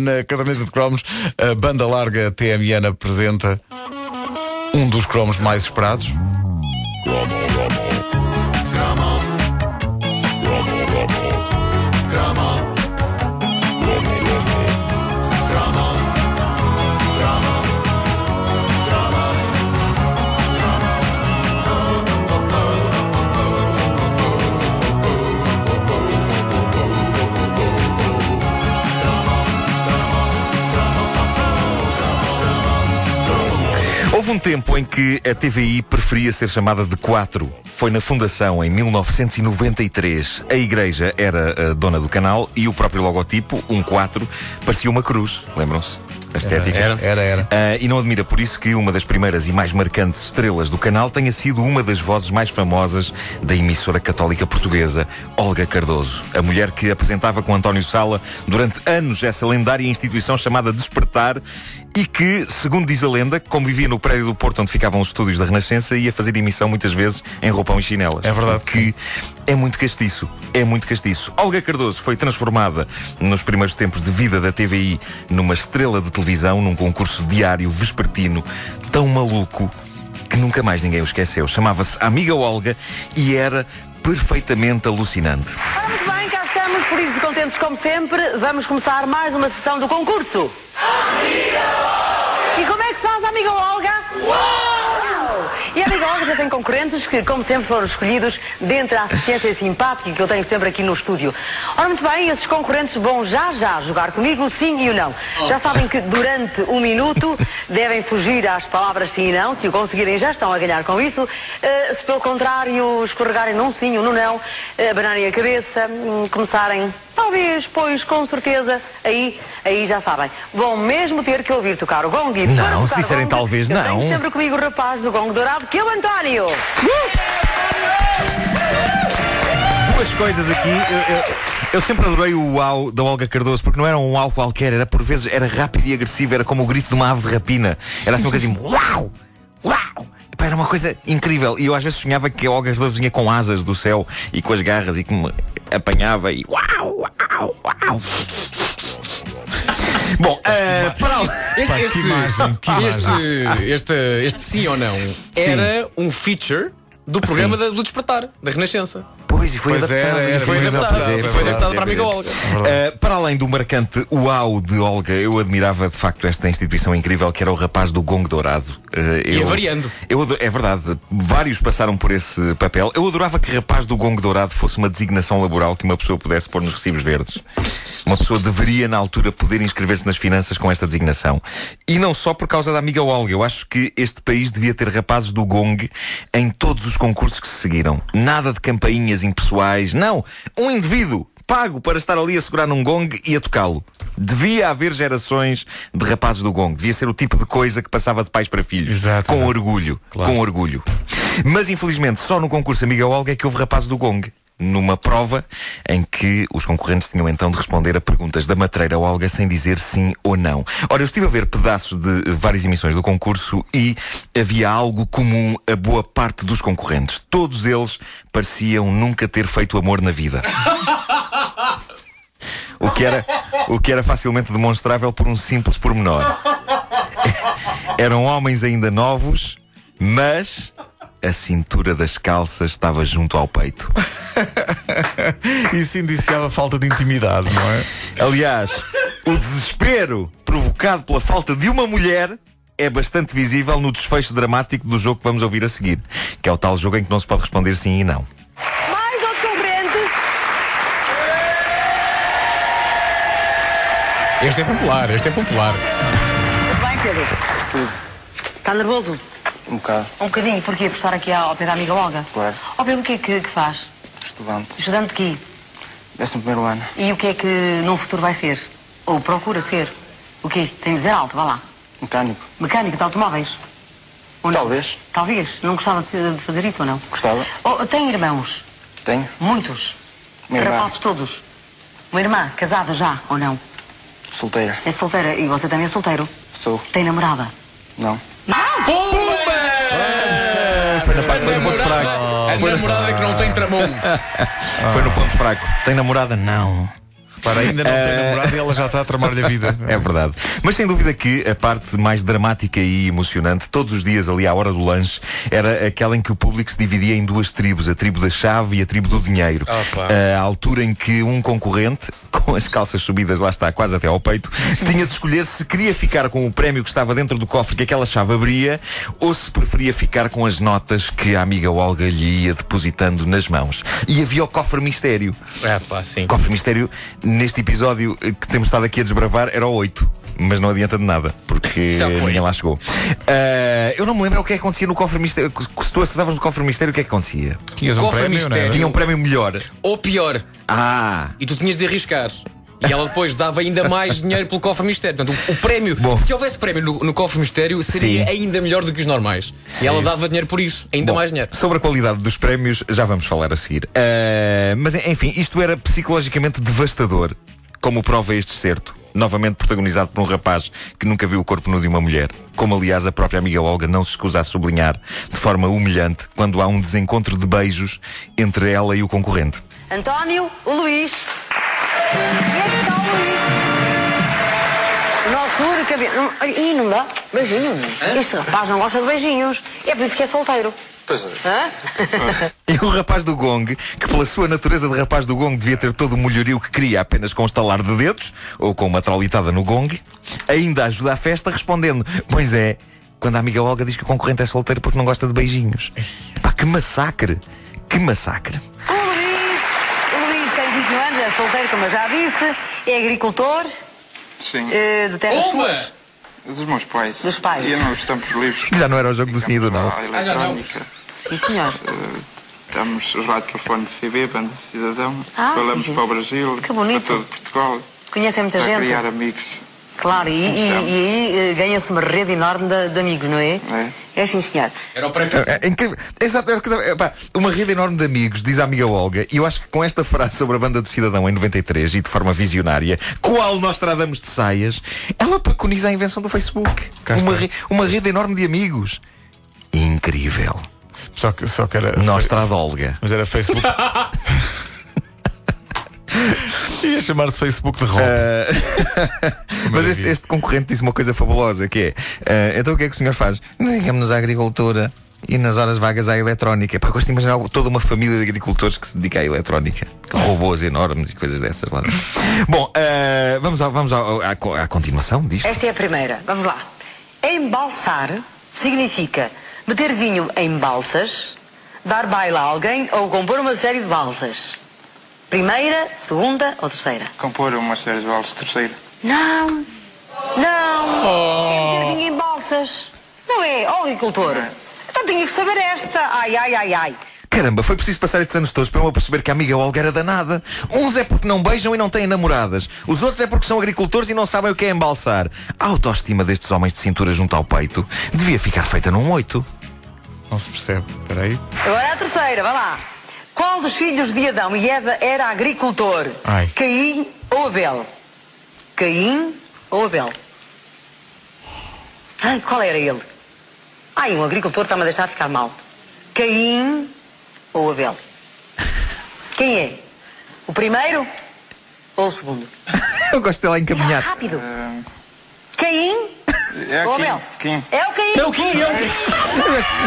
na caderneta de cromos, a banda larga TMN apresenta um dos cromos mais esperados. Houve um tempo em que a TVI preferia ser chamada de 4. Foi na fundação, em 1993. A igreja era a dona do canal e o próprio logotipo, um 4, parecia uma cruz, lembram-se? A estética. Era, era. Ah, e não admira por isso que uma das primeiras e mais marcantes estrelas do canal tenha sido uma das vozes mais famosas da emissora católica portuguesa, Olga Cardoso. A mulher que apresentava com António Sala durante anos essa lendária instituição chamada Despertar e que, segundo diz a lenda, como vivia no prédio do Porto onde ficavam os estúdios da Renascença, ia fazer emissão muitas vezes em roupão e chinelas. É verdade. Que é muito castiço. É muito castiço. Olga Cardoso foi transformada nos primeiros tempos de vida da TVI numa estrela de televisão, num concurso diário vespertino tão maluco que nunca mais ninguém o esqueceu. Chamava-se Amiga Olga e era perfeitamente alucinante. Ora, muito bem, cá estamos, por isso contentes como sempre. Vamos começar mais uma sessão do concurso. Amiga Olga! E como é que faz a amiga Olga? Uau! E a amiga Olga já tem concorrentes que, como sempre, foram escolhidos dentre a assistência simpática que eu tenho sempre aqui no estúdio. Ora, muito bem, esses concorrentes vão já já jogar comigo o sim e o não. Já Oh. sabem que durante um minuto devem fugir às palavras sim e não. Se o conseguirem, já estão a ganhar com isso. Eh, se, pelo contrário, escorregarem num sim ou num não, eh, abanarem a cabeça, hum, começarem, talvez, pois, com certeza, aí, aí já sabem. Vão mesmo ter que ouvir tocar o gongue. E para Não, se tocar o disserem gongue, talvez, eu não. tenho sempre comigo o rapaz do gongue dourado, que é o António. Duas coisas aqui. Eu, eu- eu sempre adorei o uau da Olga Cardoso, porque não era um uau qualquer, era por vezes era rápido e agressivo, era como o grito de uma ave de rapina. Era assim uma coisa assim, uau! Uau! Epá, Era uma coisa incrível. E eu às vezes sonhava que a Olga Cardoso vinha com asas do céu e com as garras e que me apanhava e uau, uau, uau! Bom, eh, para o... Este, Pá, que este, imagem, que este, este, este sim ou não era um feature do programa da- do Despertar, da Renascença. Pois, e foi Pois adaptado. era, era, foi foi adaptado. adaptado, pois é, foi pois é, adaptado pois é, para a amiga pois é. Olga. Uh, para além do marcante uau de Olga, eu admirava de facto esta instituição incrível que era o rapaz do Gongo Dourado. Uh, eu, Ia variando. eu ado- é verdade, vários passaram por esse papel. Eu adorava que rapaz do Gongo Dourado fosse uma designação laboral que uma pessoa pudesse pôr nos recibos verdes. Uma pessoa deveria, na altura, poder inscrever-se nas finanças com esta designação. E não só por causa da amiga Olga. Eu acho que este país devia ter rapazes do Gong em todos os concursos que se seguiram. Nada de campainhas impessoais. Não! Um indivíduo pago para estar ali a segurar num gong e a tocá-lo. Devia haver gerações de rapazes do gong. Devia ser o tipo de coisa que passava de pais para filhos. Exato, com exato. orgulho. Com orgulho. Mas infelizmente, só no concurso Amiga Olga é que houve rapazes do gong. Numa prova em que os concorrentes tinham então de responder a perguntas da matreira Olga sem dizer sim ou não. Ora, eu estive a ver pedaços de eh, várias emissões do concurso e havia algo comum a boa parte dos concorrentes. Todos eles pareciam nunca ter feito amor na vida. O que era, o que era facilmente demonstrável por um simples pormenor. Eram homens ainda novos, mas a cintura das calças estava junto ao peito. Isso indiciava falta de intimidade, não é? Aliás, o desespero provocado pela falta de uma mulher é bastante visível no desfecho dramático do jogo que vamos ouvir a seguir, que é o tal jogo em que não se pode responder sim e não. Mais outro concorrente. Este é popular, este é popular. Tudo bem, Pedro? Está nervoso? Um bocado, Um bocadinho. Porquê? Por estar aqui ao pé da amiga Olga? Claro. Ó Pedro, o que é que, que faz? estudante. Estudante de quê? Décimo primeiro ano. E o que é que num futuro vai ser? Ou procura ser? O quê? Tem de dizer alto, vá lá. Mecânico. Mecânico de automóveis? Ou não? Talvez. Talvez. Não gostava de de fazer isso ou não? Gostava. Oh, tem irmãos? Tenho. Muitos? Minha irmã. Rapazes todos? Uma irmã casada já ou não? Solteira. É solteira e você também é solteiro? Sou. Tem namorada? Não. Foi na parte do ponto fraco. A namorada que não tem tramão. Foi no ponto fraco. Tem namorada? Não. Para ainda não ter namorado e ela já está a tramar-lhe a vida. É verdade. Mas sem dúvida que a parte mais dramática e emocionante, todos os dias ali à hora do lanche, era aquela em que o público se dividia em duas tribos, a tribo da chave e a tribo do dinheiro. Ah, pá. a altura em que um concorrente, com as calças subidas lá está, quase até ao peito, tinha de escolher se queria ficar com o prémio que estava dentro do cofre que aquela chave abria ou se preferia ficar com as notas que a amiga Olga lhe ia depositando nas mãos. E havia o cofre mistério. É pá, sim. Cofre Um Mistério, neste episódio eh, que temos estado aqui a desbravar, era o 8. Mas não adianta de nada, porque Já foi. ninguém lá chegou. Ah, eu não me lembro o que é que acontecia no Cofre Mistério. Se tu acessavas no Cofre Mistério, o que é que acontecia? Tinhas um Cofre prémio, não era? mistério. Tinha um prémio melhor. Ou pior, Ah! e tu tinhas de arriscar. E ela depois dava ainda mais dinheiro pelo cofre mistério. Portanto, o, o prémio, Bom. se houvesse prémio no, no cofre mistério, seria Sim. ainda melhor do que os normais. E ela dava dinheiro por isso, ainda Bom, mais dinheiro. Sobre a qualidade dos prémios, já vamos falar a seguir. Ah, mas enfim, isto era psicologicamente devastador, como prova este certo. Novamente protagonizado por um rapaz que nunca viu o corpo nu de uma mulher. Como, aliás, a própria amiga Olga não se escusa a sublinhar de forma humilhante quando há um desencontro de beijos entre ela e o concorrente. António, o Luís. Onde é que está o Luís? O nosso único amigo. Não, Ih, não dá. Beijinho. Este rapaz não gosta de beijinhos. É por isso que é solteiro. Pois é. Hã? E É o rapaz do gong, que pela sua natureza de rapaz do gong devia ter todo o molhorio que queria apenas com um estalar de dedos, ou com uma traulitada no gong, ainda ajuda a festa respondendo, pois é, quando a amiga Olga diz que o concorrente é solteiro porque não gosta de beijinhos. Pá, que massacre! Que massacre! O Luís. O Luís tem 21 anos, é solteiro, como eu já disse. É agricultor Sim. eh, de terras suas. Uma! Dos meus pais. Eh, Dos pais. E nos tempos livres. Já não era o jogo do sinido, não. A já não. eletrónica. Sim, senhor. Estamos os rádios telefone de CB, banda cidadão. Ah, Falamos sim. para o Brasil, Que bonito. para todo Portugal. Conhecem muita Para gente. criar amigos. Claro, e, e- e aí eh, ganha-se uma rede enorme de, de amigos, não é? É. sim, senhor. Era o prémio. É, é incrível. Exato, é o que eu tava- pá, uma rede enorme de amigos, diz a amiga Olga, e eu acho que com esta frase sobre a banda do Cidadão em 93 e de forma visionária, qual nós tradamos de saias, ela preconiza a invenção do Facebook. Uma, re- uma rede enorme de amigos. Incrível. Só que, só que era. Nostrada Olga. Mas era Facebook. Ia chamar-se Facebook de roupa. Mas este, este concorrente disse uma coisa fabulosa que é: ah, então o que é que o senhor faz? Dedicamos-nos à agricultura e nas horas vagas à eletrónica. Pá, gosto de imaginar toda uma família de agricultores que se dedica à eletrónica, com robôs enormes e coisas dessas lá. dentro. Bom, ah, vamos, ao- vamos ao- à, co- à continuação disto. Esta é a primeira. Vamos lá. Embalsar significa meter vinho em balsas, dar baile a alguém ou compor uma série de balsas. Primeira, segunda ou terceira? Compor uma série de vales terceiro. Não. Não. É meter vinho em balsas. Não é, ó agricultor. Então tinha que saber esta. Ai, ai, ai, ai. Caramba, foi preciso passar estes anos todos para eu me perceber que a amiga Olga era danada. Uns é porque não beijam e não têm namoradas. Os outros é porque são agricultores e não sabem o que é embalsar. A autoestima destes homens de cintura junto ao peito devia ficar feita num oito. Não se percebe. Espera aí. Agora é a terceira, vai lá. Qual dos filhos de Adão e Eva era agricultor? Ai. Caim ou Abel? Caim ou Abel? Ai, qual era ele? Ai, um agricultor está-me a deixar ficar mal. Caim ou Abel? Quem é? O primeiro ou o segundo? Eu gosto dela encaminhar. Rápido. Eh, Caim É ou aqui. Abel? Quem? É o Caim. É o Kim, é o Kim.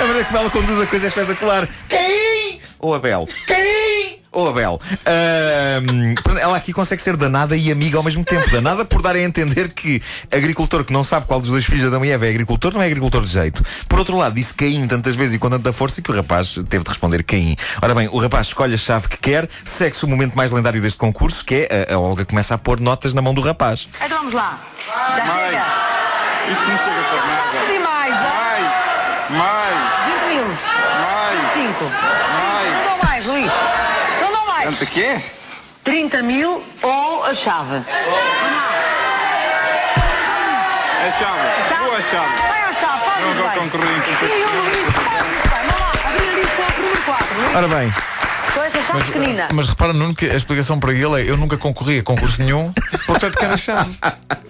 A maneira como ela conduz a coisa é espetacular. Quem? Ou Abel. Quem? Ou Abel. Ahm, portanto, ela aqui consegue ser danada e amiga ao mesmo tempo. Danada por dar a entender que agricultor que não sabe qual dos dois filhos de Adão e Eva é agricultor, não é agricultor de jeito. Por outro lado, disse Caim tantas vezes e com tanta força que o rapaz teve de responder Caim. Ora bem, o rapaz escolhe a chave que quer, segue-se o momento mais lendário deste concurso, que é a- a Olga começa a pôr notas na mão do rapaz. Então vamos lá. Já Vai. chega. Isto não chega para nada. Demais. vá. Mais! Mais! 20 mil. Mais! 5. Não Mais! dou mais, Luís. Não dou mais. Quanto que é? 30 mil ou a chave? A É chave. É Chave. Boa chave. Vai à chave, faz Não muito vou bem. concorrer em E o um Luís, faz muito bem. Vamos lá, abrir a lista número 4. Ora bem, Coisa já pequenina. Mas repara, Nuno, que a explicação para ele é eu nunca concorri a concurso nenhum, portanto quero a chave.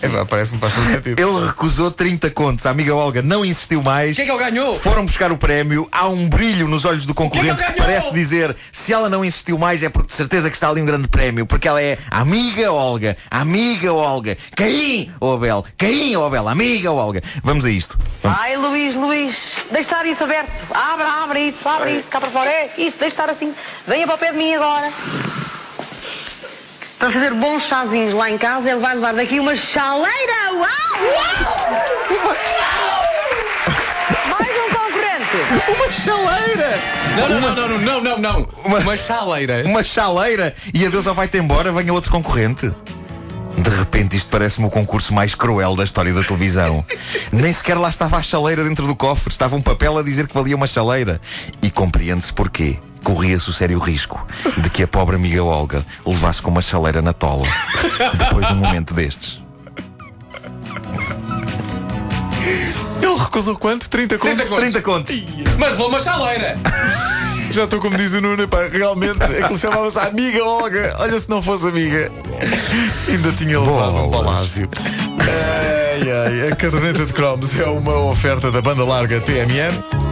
É, pá, Parece-me faz todo sentido. Ele recusou 30 contos. A amiga Olga não insistiu mais. O que é que ele ganhou? Foram buscar o prémio. Há um brilho nos olhos do O concorrente que é que ele que ganhou? parece dizer: se ela não insistiu mais, é porque de certeza que está ali um grande prémio. Porque ela é a amiga Olga. a Amiga Olga. Caim ou Abel. Caim ou Abel. Amiga Olga. Vamos a isto. Vamos. Ai, Luís, Luís, deixar isso aberto. Abra, abra isso, abra isso, cá para fora. É, isso, deixa estar assim. Venha para o pé de mim agora. Para fazer bons chazinhos lá em casa, ele vai levar daqui uma chaleira. Uau! Uau! Mais um concorrente. Uma chaleira! Não, não, não, não, não, não, não. Uma, chaleira. Uma chaleira! E adeus ou vai-te embora, venha outro concorrente. De repente isto parece-me o concurso mais cruel da história da televisão. Nem sequer lá estava a chaleira dentro do cofre, estava um papel a dizer que valia uma chaleira. E compreende-se porquê. Corria-se o sério risco de que a pobre amiga Olga levasse com uma chaleira na tola. Depois de um momento destes. Ele recusou quanto? 30 contos? 30 contos. 30 contos. Mas levou uma chaleira. Já estou como diz o Nuno, pá, realmente aquilo chamava-se Amiga Olga. Olha se não fosse amiga. Ainda tinha levado um Bolas. palácio. Ai, ai, a caderneta de cromos é uma oferta da banda larga TMN.